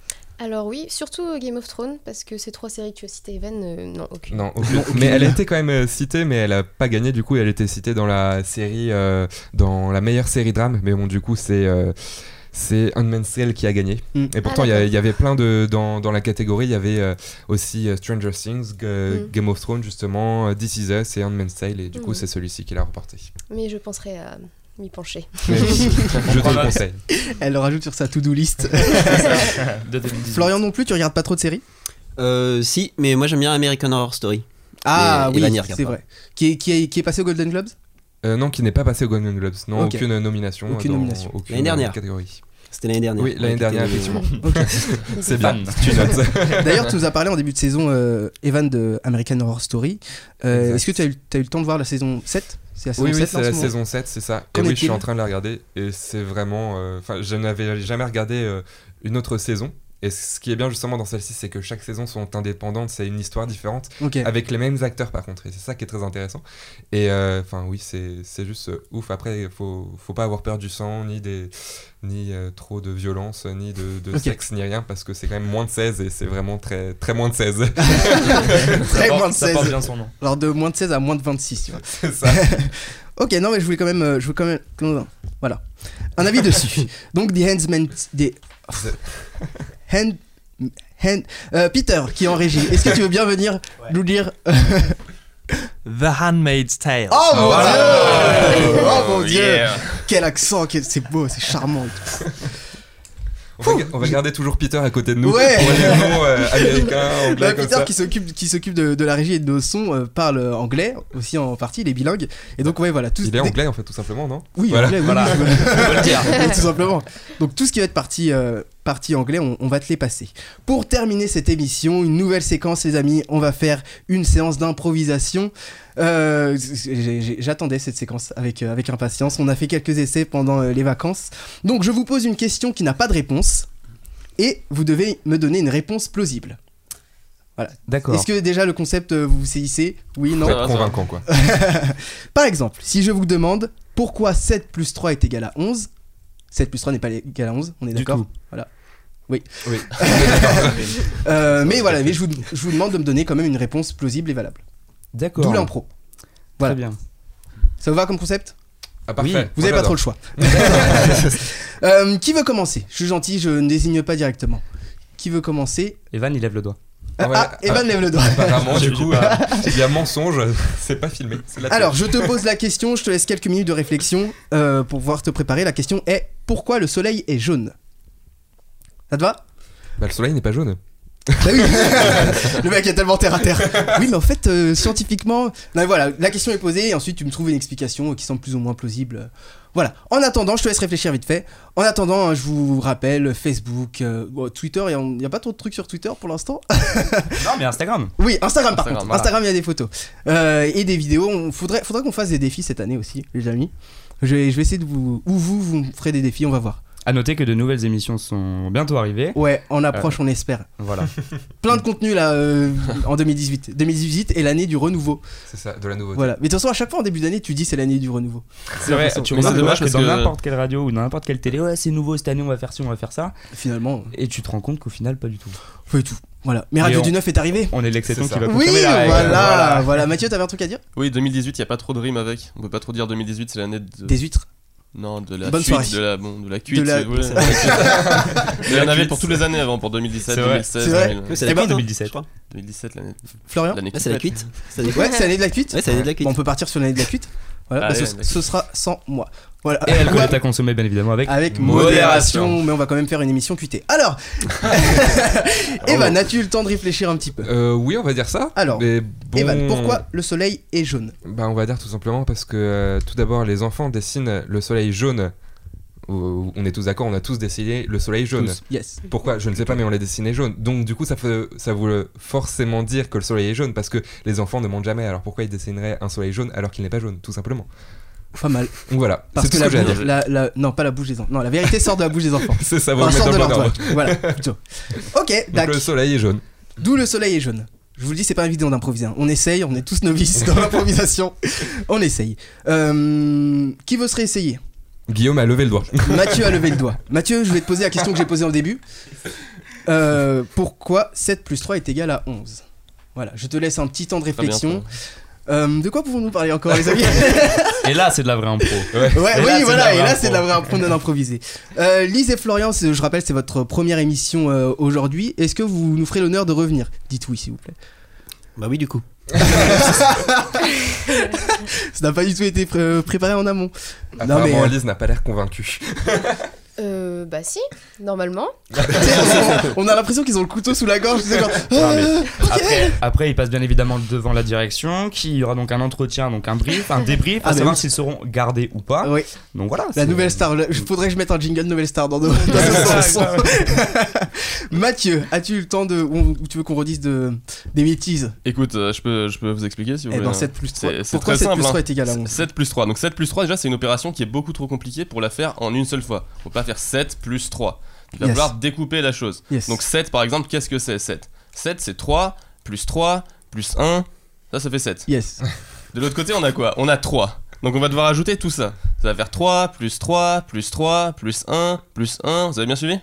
Speaker 4: Alors oui, surtout euh, Game of Thrones, parce que ces trois séries que tu as citées, Evan, euh, non, aucune.
Speaker 3: Non, aucune. mais elle a été quand même euh, citée, mais elle a pas gagné. Du coup, elle était citée dans la série, euh, dans la meilleure série drame. Mais bon, du coup, c'est euh, c'est Handmaid's Tale qui a gagné.
Speaker 1: Mm.
Speaker 3: Et pourtant, il y a-
Speaker 4: d'accord.
Speaker 3: il y, avait plein de dans, dans la catégorie. Il y avait euh, aussi euh, Stranger Things, G-
Speaker 4: Mm.
Speaker 3: Game of Thrones justement, euh, This Is Us et Handmaid's Tale. Et du coup,
Speaker 4: Mm.
Speaker 3: c'est celui-ci qui l'a remporté.
Speaker 4: Mais je penserai à m'y pencher.
Speaker 3: Mais oui, je te le conseille.
Speaker 1: Elle le rajoute sur sa to-do list. (laughs)
Speaker 2: de 2018.
Speaker 1: Florian non plus, tu regardes pas trop de séries
Speaker 6: Euh, si, mais moi j'aime bien American Horror Story.
Speaker 1: Ah
Speaker 6: Et- et Vanny
Speaker 1: oui,
Speaker 6: regarde
Speaker 1: c'est
Speaker 6: pas.
Speaker 1: vrai. Qui est, qui, est, qui est passé aux Golden
Speaker 3: (laughs)
Speaker 1: Globes
Speaker 3: Euh, non, qui n'est pas passé au Golden Globes. Non,
Speaker 1: Ok.
Speaker 3: aucune nomination. euh,
Speaker 1: Aucune
Speaker 3: dans
Speaker 1: nomination.
Speaker 3: aucune,
Speaker 6: L'année dernière.
Speaker 3: euh, Catégorie.
Speaker 6: C'était l'année dernière.
Speaker 3: Oui, l'année
Speaker 6: Avec
Speaker 3: dernière,
Speaker 6: les-
Speaker 3: effectivement. C'est
Speaker 2: Fan.
Speaker 3: bien. Tu notes.
Speaker 1: D'ailleurs, tu nous as parlé en début de saison, euh, Evan, de American Horror Story. Euh,
Speaker 3: Exact.
Speaker 1: Est-ce que tu as, eu- t'as eu le temps de voir la saison 7 C'est la saison
Speaker 3: Oui, oui,
Speaker 1: 7
Speaker 3: c'est
Speaker 1: là, en
Speaker 3: la
Speaker 1: ce moment
Speaker 3: saison 7, c'est ça. Et
Speaker 1: Qu'en
Speaker 3: oui, je
Speaker 1: est-il
Speaker 3: suis en train de la regarder et c'est vraiment. euh, Enfin, je n'avais jamais regardé euh, une autre saison. Et ce qui est bien justement dans celle-ci, c'est que chaque saison sont indépendantes, c'est une histoire différente,
Speaker 1: Ok.
Speaker 3: avec les mêmes acteurs par contre, et c'est ça qui est très intéressant. Et euh, enfin oui, c'est c'est juste euh, ouf. Après, faut, faut pas avoir peur du sang, ni, des, ni euh, trop de violence, ni de, de
Speaker 1: Ok.
Speaker 3: sexe, ni rien, parce que c'est quand même moins de 16, et c'est vraiment très, très moins de 16.
Speaker 1: (laughs) Très moins de
Speaker 2: Ça porte
Speaker 1: 16.
Speaker 2: bien son nom.
Speaker 1: Alors de moins de 16 à moins de 26. tu vois.
Speaker 3: (laughs) c'est ça.
Speaker 1: (laughs) Ok, non, mais je voulais quand même. euh, Je voulais quand même non, non, voilà. Un avis
Speaker 2: (laughs)
Speaker 1: dessus. Donc, The Handsman's. Des... Hand. Hand- euh, Peter, qui est en régie. Est-ce que tu veux bien venir nous dire.
Speaker 8: The Handmaid's Tale.
Speaker 1: Oh mon
Speaker 5: Voilà.
Speaker 1: dieu Oh mon dieu
Speaker 5: Yeah.
Speaker 1: Quel accent, quel- c'est beau, c'est charmant. Euh, et tout.
Speaker 3: On va, ga- on va garder toujours Peter à côté de nous
Speaker 1: Ouais.
Speaker 3: pour les noms euh, américains, anglais,
Speaker 1: Bah,
Speaker 3: comme
Speaker 1: Peter
Speaker 3: ça.
Speaker 1: qui s'occupe qui s'occupe de, de la régie et de nos sons euh, parle euh, anglais aussi en partie, il est bilingue. Et donc ouais voilà tout.
Speaker 3: Il est
Speaker 1: dès-
Speaker 3: anglais en fait tout simplement, non
Speaker 1: Oui,
Speaker 3: Voilà.
Speaker 1: anglais, oui,
Speaker 5: Voilà.
Speaker 1: oui.
Speaker 5: (laughs) Faut le dire.
Speaker 1: Oui, (laughs) tout simplement. Donc tout ce qui va être partie, euh, partie anglais, on, on va te les passer. Pour terminer cette émission, une nouvelle séquence, les amis. On va faire une séance d'improvisation. Euh, j'ai- j'ai- J'attendais cette séquence avec, euh, avec impatience. On a fait quelques essais pendant euh, les vacances. Donc je vous pose une question qui n'a pas de réponse et vous devez me donner une réponse plausible.
Speaker 2: D'accord.
Speaker 1: Est-ce que déjà le concept euh, vous saisissez Oui, non
Speaker 5: Ça
Speaker 3: Faut
Speaker 5: va,
Speaker 3: être
Speaker 5: ça va.
Speaker 3: convaincant quoi.
Speaker 1: (laughs) Par exemple, si je vous demande pourquoi 7 plus 3 est égal à 11, 7 plus 3 n'est pas égal à 11, on est
Speaker 2: Du
Speaker 1: d'accord
Speaker 2: tout.
Speaker 1: Voilà. Oui.
Speaker 3: Oui.
Speaker 1: (laughs) Euh, mais voilà, mais je, vous, je vous demande de me donner quand même une réponse plausible et valable. D'où
Speaker 2: D'accord.
Speaker 1: l'impro. Voilà.
Speaker 2: Très bien.
Speaker 1: Ça vous va comme concept
Speaker 3: Ah, parfait.
Speaker 6: Oui.
Speaker 3: Moi,
Speaker 6: Vous
Speaker 1: Vous avez pas trop
Speaker 3: j'adore.
Speaker 1: le choix. (laughs) Euh, qui veut commencer Je suis gentil, je ne désigne pas directement. Qui veut commencer
Speaker 2: Evan, il lève le doigt.
Speaker 3: Ah, ouais.
Speaker 1: Ah, Evan lève le doigt. (laughs)
Speaker 3: Apparemment, du coup, euh, il y a mensonge, (laughs) c'est pas filmé. c'est de la
Speaker 1: Alors, je te pose la question, je te laisse quelques minutes de réflexion euh, pour pouvoir te préparer. La question est pourquoi le soleil est jaune Ça te va
Speaker 3: télé. Bah, le soleil n'est pas jaune.
Speaker 1: (laughs) Bah oui Le mec est tellement terre à terre. Oui, mais en fait, euh, scientifiquement. Non, voilà, la question est posée et ensuite tu me trouves une explication qui semble plus ou moins plausible. Voilà. En attendant, je te laisse réfléchir vite fait. En attendant, hein, je vous rappelle Facebook, euh, bon, Twitter, il n'y a pas trop de trucs sur Twitter pour l'instant.
Speaker 2: (laughs) Non, mais Instagram.
Speaker 1: Oui, Instagram par
Speaker 5: Instagram,
Speaker 1: contre.
Speaker 5: voilà.
Speaker 1: Instagram, il y a des photos Euh, et des vidéos. On faudrait, faudrait qu'on fasse des défis cette année aussi, les amis. Je vais, je vais essayer de vous. Ou vous, vous me ferez des défis, on va voir.
Speaker 2: À noter que de nouvelles émissions sont bientôt arrivées.
Speaker 1: Ouais, on approche,
Speaker 2: Euh.
Speaker 1: on espère.
Speaker 2: Voilà.
Speaker 1: Plein de contenu là euh, en
Speaker 2: (laughs)
Speaker 1: 2018. 2018 est l'année du renouveau.
Speaker 3: C'est ça, de la nouveauté.
Speaker 1: Voilà. Mais de toute façon, à chaque fois en début d'année, tu dis c'est l'année du renouveau.
Speaker 3: C'est vrai,
Speaker 5: Mais c'est dommage
Speaker 2: que
Speaker 5: parce
Speaker 2: dans
Speaker 5: que-
Speaker 2: n'importe quelle radio ou dans n'importe quelle télé, ouais, c'est nouveau cette année, on va faire ci, on va faire ça.
Speaker 1: Finalement,
Speaker 2: Et tu te rends compte qu'au final, pas du tout.
Speaker 1: pas du tout. Voilà. Mais Radio
Speaker 2: on-
Speaker 1: du 9 est arrivé.
Speaker 2: On est l'exception
Speaker 3: C'est ça.
Speaker 2: qui va
Speaker 1: Oui,
Speaker 2: confirmer la
Speaker 1: voilà,
Speaker 2: règle.
Speaker 1: voilà. Mathieu, t'avais un truc à dire
Speaker 5: Oui, 2018, il n'y a pas trop de rimes avec. On peut pas trop dire 2018, c'est l'année de.
Speaker 1: Des huîtres.
Speaker 5: Non, de la
Speaker 1: Bonne
Speaker 5: fuite,
Speaker 1: soirée.
Speaker 5: de la, bon, de la cuite.
Speaker 1: De la-
Speaker 5: c'est- ouais.
Speaker 1: c'est
Speaker 5: Mais (laughs) il y en avait pour toutes les années avant, pour 2017,
Speaker 2: C'est vrai.
Speaker 5: 2016,
Speaker 1: C'est vrai.
Speaker 5: 2000,
Speaker 6: Ouais, C'est
Speaker 1: Eh
Speaker 6: la
Speaker 1: ben,
Speaker 6: cuite, hein,
Speaker 2: 2017.
Speaker 6: je crois.
Speaker 5: l'année l'année.
Speaker 1: Florian
Speaker 5: l'année
Speaker 6: Là, c'est la
Speaker 5: qui
Speaker 6: cuite. C'est la cuite.
Speaker 1: Ouais, c'est l'année de la cuite.
Speaker 6: Ouais, c'est l'année de la cuite.
Speaker 1: Bon, on peut partir sur l'année de la cuite. Voilà.
Speaker 5: Ah,
Speaker 1: Bah, ce,
Speaker 5: ouais, la cuite.
Speaker 1: ce sera sans moi. Voilà. (laughs)
Speaker 2: Et elle est à consommer, bien évidemment, avec.
Speaker 1: Avec modération.
Speaker 5: Modération.
Speaker 1: mais on va quand même faire une émission QT.
Speaker 3: (laughs)
Speaker 1: Alors, (laughs) Evan, as-tu eu le temps de réfléchir un petit peu
Speaker 3: Euh, oui, on va dire ça.
Speaker 1: Alors,
Speaker 3: mais bon...
Speaker 1: Evan, pourquoi le soleil est jaune
Speaker 3: Bah, on va dire tout simplement parce que euh, tout d'abord, les enfants dessinent le soleil jaune. Ou- On est tous d'accord, on a tous dessiné le soleil jaune.
Speaker 2: Tous.
Speaker 1: Yes.
Speaker 3: Pourquoi Je ne sais pas, mais on l'a dessiné jaune. Donc, du coup, ça, fait- ça voulait forcément dire que le soleil est jaune parce que les enfants ne mentent jamais. Alors, pourquoi ils dessineraient un soleil jaune alors qu'il n'est pas jaune, tout simplement
Speaker 1: Pas mal.
Speaker 3: Donc, voilà,
Speaker 1: Parce
Speaker 3: c'est
Speaker 1: que,
Speaker 3: tout ce
Speaker 1: la,
Speaker 3: que j'ai à
Speaker 1: bouche-
Speaker 3: dire.
Speaker 1: la- la- non, pas la bouche des enfants. Non, la vérité sort de la bouche des
Speaker 3: (laughs)
Speaker 1: enfants.
Speaker 3: C'est ça, va
Speaker 1: Enfin,
Speaker 3: mettre
Speaker 1: sort
Speaker 3: dans
Speaker 1: de
Speaker 3: le
Speaker 1: leur
Speaker 3: bon
Speaker 1: doigt.
Speaker 3: ordre. (laughs)
Speaker 1: Voilà, plutôt. Ok,
Speaker 3: Donc, le
Speaker 1: d'accord.
Speaker 3: soleil est jaune.
Speaker 1: D'où le soleil est jaune. Je vous le dis, c'est pas une vidéo d'improviser. hein. On essaye, on est tous novices dans (laughs) l'improvisation. On essaye. Euh, qui veut se réessayer
Speaker 3: Guillaume a levé le doigt.
Speaker 1: Mathieu a levé le doigt. Mathieu, je vais te poser la question que j'ai posée au début. Euh, pourquoi 7 plus 3 est égal à 11 Voilà, je te laisse un petit temps de
Speaker 5: Très bien.
Speaker 1: réflexion. Euh, de quoi pouvons-nous parler encore,
Speaker 2: (laughs)
Speaker 1: les amis
Speaker 2: Et là, c'est de la vraie impro. (laughs)
Speaker 1: Ouais,
Speaker 2: Et là,
Speaker 1: oui,
Speaker 2: c'est de
Speaker 1: voilà,
Speaker 2: la vraie
Speaker 1: et là
Speaker 2: impro.
Speaker 1: c'est de la vraie impro non improvisée. Euh, Lise et Florian, c'est- je rappelle, c'est votre première émission euh, aujourd'hui. Est-ce que vous nous ferez l'honneur de revenir Dites oui, s'il vous plaît.
Speaker 6: Bah oui, du coup.
Speaker 1: Ça n'a pas du tout été pré- préparé en
Speaker 2: (laughs)
Speaker 1: amont. Non, mais,
Speaker 3: Apparemment,
Speaker 1: euh,
Speaker 3: Alice n'a pas l'air convaincue.
Speaker 4: Euh, bah si, normalement.
Speaker 1: Tu sais, on, on a l'impression qu'ils ont le couteau sous la gorge. tu sais, genre,
Speaker 2: Non, mais
Speaker 1: euh, ok.
Speaker 2: Après, après, ils passent bien évidemment devant la direction, qui il y aura donc un entretien, donc un brief, un débrief,
Speaker 1: Ah,
Speaker 2: à
Speaker 1: bah
Speaker 2: savoir
Speaker 1: oui.
Speaker 2: s'ils seront gardés ou pas.
Speaker 1: Oui.
Speaker 2: Donc voilà.
Speaker 1: La
Speaker 2: Ah, c'est-
Speaker 1: nouvelle star, le- faudrait que je mette un jingle nouvelle star dans nos, dans nos chansons. (laughs) Mathieu, as-tu eu le temps de. Ou ou tu veux qu'on redise de, des bêtises
Speaker 5: Écoute, euh, je, peux, je peux vous expliquer si vous
Speaker 1: Eh
Speaker 5: voulez.
Speaker 1: ben 7 plus 3.
Speaker 5: c'est- c'est
Speaker 1: Pourquoi
Speaker 5: très
Speaker 1: 7
Speaker 5: simple,
Speaker 1: plus 3
Speaker 5: hein.
Speaker 1: est égal à 11
Speaker 5: 7 plus 3. Donc 7 plus 3, déjà, c'est une opération qui est beaucoup trop compliquée pour la faire en une seule fois. On peut pas faire 7 plus 3. Il va
Speaker 1: Yes.
Speaker 5: falloir découper la chose.
Speaker 1: Yes.
Speaker 5: Donc 7 par exemple, qu'est-ce que c'est 7 7 c'est 3 plus 3 plus 1. Ça ça fait 7. (laughs)
Speaker 1: yes.
Speaker 5: De l'autre côté on a quoi On a 3. Donc on va devoir ajouter tout ça. Ça va faire 3 plus 3 plus 3 plus 1 plus 1. Vous avez bien suivi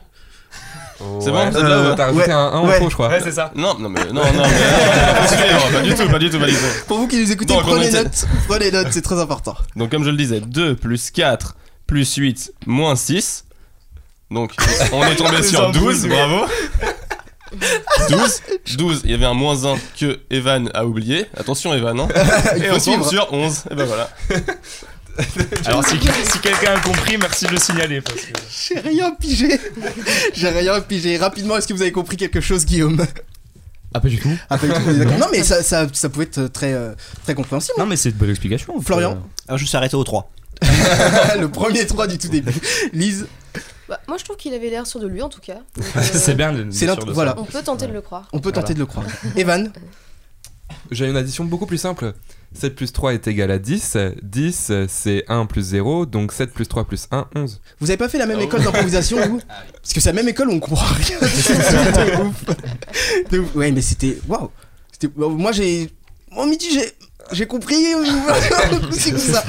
Speaker 5: C'est bon, c'est là, ouais.
Speaker 3: T'as rajouté
Speaker 1: Euh, Ouais.
Speaker 3: un 1
Speaker 1: Ouais.
Speaker 3: en trop, je crois.
Speaker 2: Ouais,
Speaker 5: (laughs)
Speaker 2: c'est ça.
Speaker 5: Non, non mais non, non, mais, non, pas suivre, pas du tout, pas du tout, pas du tout.
Speaker 1: Pour vous qui nous écoutez,
Speaker 5: Donc, on
Speaker 1: prenez
Speaker 5: était-
Speaker 1: note. Prenez note, c'est très
Speaker 5: (laughs)
Speaker 1: important.
Speaker 5: Donc comme je le disais, 2 plus 4 plus 8 moins 6. Donc on est tombé sur 12, bravo 12, 12, il y avait un moins 1 que Evan a oublié. Attention Evan, hein.
Speaker 1: Il
Speaker 5: Et
Speaker 1: faut
Speaker 5: on tombe
Speaker 1: suivre.
Speaker 5: sur 11. Et ben voilà.
Speaker 2: Alors si, si quelqu'un a compris, merci de le signaler. parce que-
Speaker 1: J'ai rien pigé. (laughs) J'ai rien pigé. Rapidement, est-ce que vous avez compris quelque chose, Guillaume
Speaker 2: Ah, pas du tout.
Speaker 1: Ah, pas du tout, on est d'accord. Non, mais ça, ça, ça pouvait être très, euh, très compréhensible.
Speaker 2: Non, mais c'est une bonne explication.
Speaker 1: Florian.
Speaker 6: Alors, je me suis arrêté
Speaker 3: (laughs)
Speaker 6: au 3.
Speaker 5: (laughs)
Speaker 1: le premier 3 du tout début. hein. Lise,
Speaker 4: Bah, moi je trouve qu'il avait l'air sûr de lui en tout
Speaker 2: (laughs)
Speaker 4: cas. Donc, euh,
Speaker 2: C'est bien. de-
Speaker 1: C'est
Speaker 2: de-
Speaker 1: l'intro-
Speaker 2: sur le-
Speaker 1: voilà.
Speaker 4: On peut tenter de le croire.
Speaker 1: on peut tenter de le croire. Evan,
Speaker 3: J'ai une addition beaucoup plus simple. 7 plus 3 est égal à 10. 10, euh, c'est 1 plus 0. Donc 7 plus 3 plus 1, 11.
Speaker 1: vous avez pas fait la même
Speaker 5: Ah oui.
Speaker 1: école d'improvisation, vous Parce que c'est la même école où on comprend rien. (laughs) de ouf. De ouf. Ouais, mais c'était. Waouh C'était- Moi, j'ai. Mon midi, j'ai. J'ai compris. (laughs) C'est comme ça.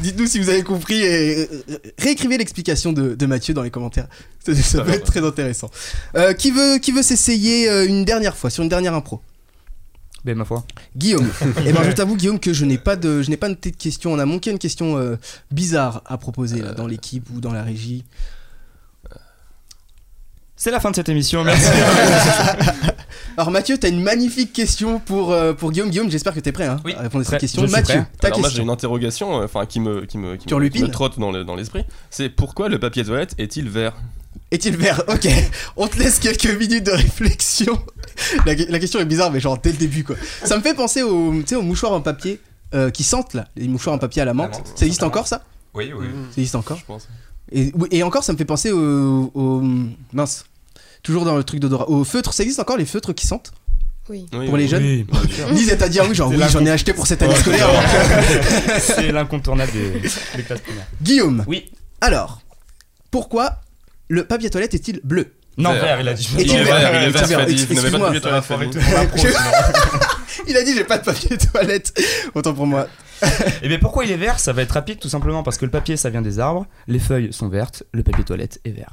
Speaker 1: Dites-nous si vous avez compris et euh, réécrivez l'explication de, de Mathieu dans les commentaires. Ça, ça peut être très intéressant. Euh, qui veut, qui veut s'essayer euh, une dernière fois sur une dernière impro
Speaker 2: Ben, ma foi.
Speaker 1: Guillaume. Eh ben, je t'avoue, Guillaume, que je n'ai pas de, je n'ai pas noté de question en amont. Qu'il y a une question euh, bizarre à proposer là, dans l'équipe ou dans la régie.
Speaker 2: C'est la fin de cette émission,
Speaker 1: Ah,
Speaker 2: merci.
Speaker 1: Alors Mathieu, t'as une magnifique question pour, euh, pour Guillaume. Guillaume, j'espère que t'es prêt hein,
Speaker 8: Oui.
Speaker 1: à répondre à cette
Speaker 2: Prêt,
Speaker 1: question.
Speaker 2: je suis
Speaker 1: Mathieu,
Speaker 2: prêt.
Speaker 1: ta
Speaker 5: Alors moi j'ai
Speaker 1: question.
Speaker 5: une interrogation, euh, enfin qui me qui me qui
Speaker 1: Tu
Speaker 5: me- qui
Speaker 1: relupines
Speaker 5: me trotte dans le- dans l'esprit. C'est pourquoi le papier toilette est-il vert
Speaker 1: Est-il vert Ok, on te laisse quelques minutes de réflexion. (laughs) La, la question est bizarre, mais genre dès le début quoi. Ça me fait penser aux, tu sais, aux mouchoirs en papier euh, qui sentent là, les mouchoirs en papier à la menthe.
Speaker 3: La menthe.
Speaker 1: Ça existe encore ça
Speaker 3: Oui, oui.
Speaker 1: Ça existe encore
Speaker 5: Je pense.
Speaker 1: et, oui, et encore, ça me fait penser au, au- mince. Toujours dans le truc d'odorat. Aux feutres, ça existe encore les feutres qui sentent
Speaker 4: Oui.
Speaker 5: Oui,
Speaker 1: Pour les
Speaker 5: oui.
Speaker 1: jeunes Ah,
Speaker 2: Oui,
Speaker 1: Lise est à dire ah oui, genre
Speaker 2: C'est
Speaker 1: oui,
Speaker 2: la
Speaker 1: j'en
Speaker 2: con-
Speaker 1: ai acheté pour cette année scolaire.
Speaker 2: (laughs) c'est l'incontournable des, des classes primaires.
Speaker 1: Guillaume.
Speaker 2: Oui.
Speaker 1: Alors, pourquoi le papier toilette est-il bleu
Speaker 2: Non,
Speaker 5: Vert.
Speaker 2: frère, il a dit.
Speaker 1: Et
Speaker 5: Il est vert, il est vert,
Speaker 1: Tiens,
Speaker 5: Fadi, vous n'avez pas de
Speaker 1: excuse-moi.
Speaker 5: papier toilette,
Speaker 1: (laughs)
Speaker 5: Fadi.
Speaker 1: Il a dit j'ai pas de papier toilette. Autant pour moi.
Speaker 2: Et Eh bien pourquoi il est vert Ça va être rapide tout simplement parce que le papier ça vient des arbres, les feuilles sont vertes, le papier toilette est vert.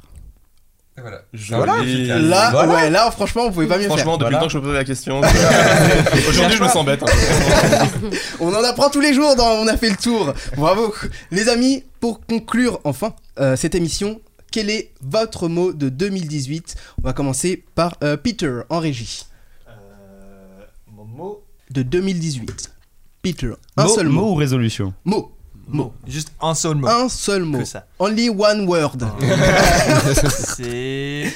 Speaker 3: Voilà.
Speaker 5: Voilà.
Speaker 3: Joli.
Speaker 1: Là,
Speaker 2: Voilà.
Speaker 1: ouais, là, franchement, on pouvait pas mieux
Speaker 5: Franchement,
Speaker 1: faire.
Speaker 5: depuis
Speaker 2: Voilà.
Speaker 5: le temps que je me posais
Speaker 1: (laughs)
Speaker 5: la question, c'est- aujourd'hui je me sens bête. hein.
Speaker 1: On en apprend tous les jours dans On a fait le tour. Bravo. Les amis, pour conclure enfin euh, cette émission, quel est votre mot de 2018 On va commencer par euh, Peter en régie.
Speaker 9: Euh, Mon mot.
Speaker 1: De 2018. Peter, un
Speaker 2: Mot-
Speaker 1: seul
Speaker 2: mot
Speaker 1: mot.
Speaker 2: ou résolution
Speaker 1: Mot. Mot.
Speaker 8: Juste un seul mot.
Speaker 1: Un seul mot.
Speaker 8: Que ça. Ah.
Speaker 1: Only one word.
Speaker 8: C'est.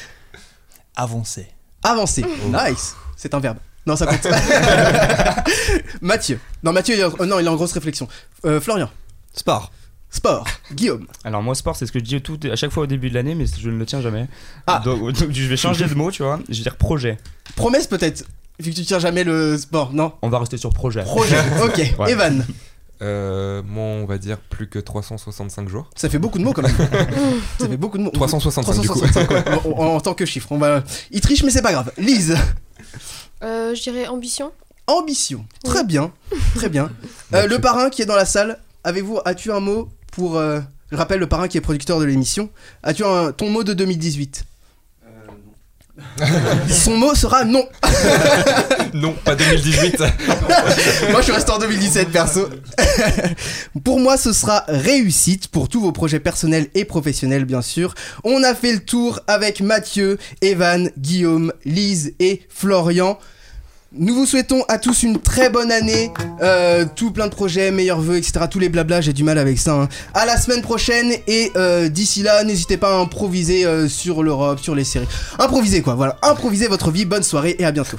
Speaker 8: Avancer.
Speaker 1: Avancer.
Speaker 8: Oh.
Speaker 1: Nice. C'est un verbe. Non, ça compte.
Speaker 8: (laughs)
Speaker 1: Mathieu. Non, Mathieu, il est en, oh non, il est en grosse réflexion. Euh, Florian.
Speaker 6: Sport.
Speaker 1: Sport. Guillaume.
Speaker 2: Alors moi sport c'est ce que je dis tout, à chaque fois au début de l'année mais je ne le tiens jamais.
Speaker 1: Ah.
Speaker 2: Donc, (laughs) donc, je vais changer de mot tu vois, je vais dire projet.
Speaker 1: Promesse peut-être. Vu que tu tiens jamais le sport, non
Speaker 2: On va rester sur projet.
Speaker 1: Projet. (laughs) Ok.
Speaker 2: Ouais.
Speaker 1: Evan.
Speaker 3: Euh, moi, on va dire plus que 365 jours.
Speaker 1: Ça fait beaucoup de mots quand même. ça fait beaucoup de mots.
Speaker 3: 365
Speaker 1: (laughs)
Speaker 3: du coup.
Speaker 1: 365, ouais. en, en- en tant que chiffre. On va... Il triche, mais c'est pas grave. Lise.
Speaker 4: Euh, je dirais ambition.
Speaker 1: Ambition. Très
Speaker 4: Oui.
Speaker 1: bien. Très bien. Euh, le parrain qui est dans la salle, avez-vous, as-tu un mot pour. euh, Je rappelle le parrain qui est producteur de l'émission. As-tu un- ton mot de 2018 Son mot sera non.
Speaker 3: (laughs) Non, pas 2018.
Speaker 1: (laughs) moi, je suis resté en 2017, perso. (laughs) pour moi, ce sera réussite pour tous vos projets personnels et professionnels, bien sûr. On a fait le tour avec Mathieu, Evan, Guillaume, Lise et Florian. Nous vous souhaitons à tous une très bonne année, euh, tout plein de projets, meilleurs vœux, etc. Tous les blabla, j'ai du mal avec ça. hein. À la semaine prochaine et euh, d'ici là, n'hésitez pas à improviser euh, sur l'Europe, sur les séries. Improvisez quoi, voilà. Improvisez votre vie. Bonne soirée et à bientôt.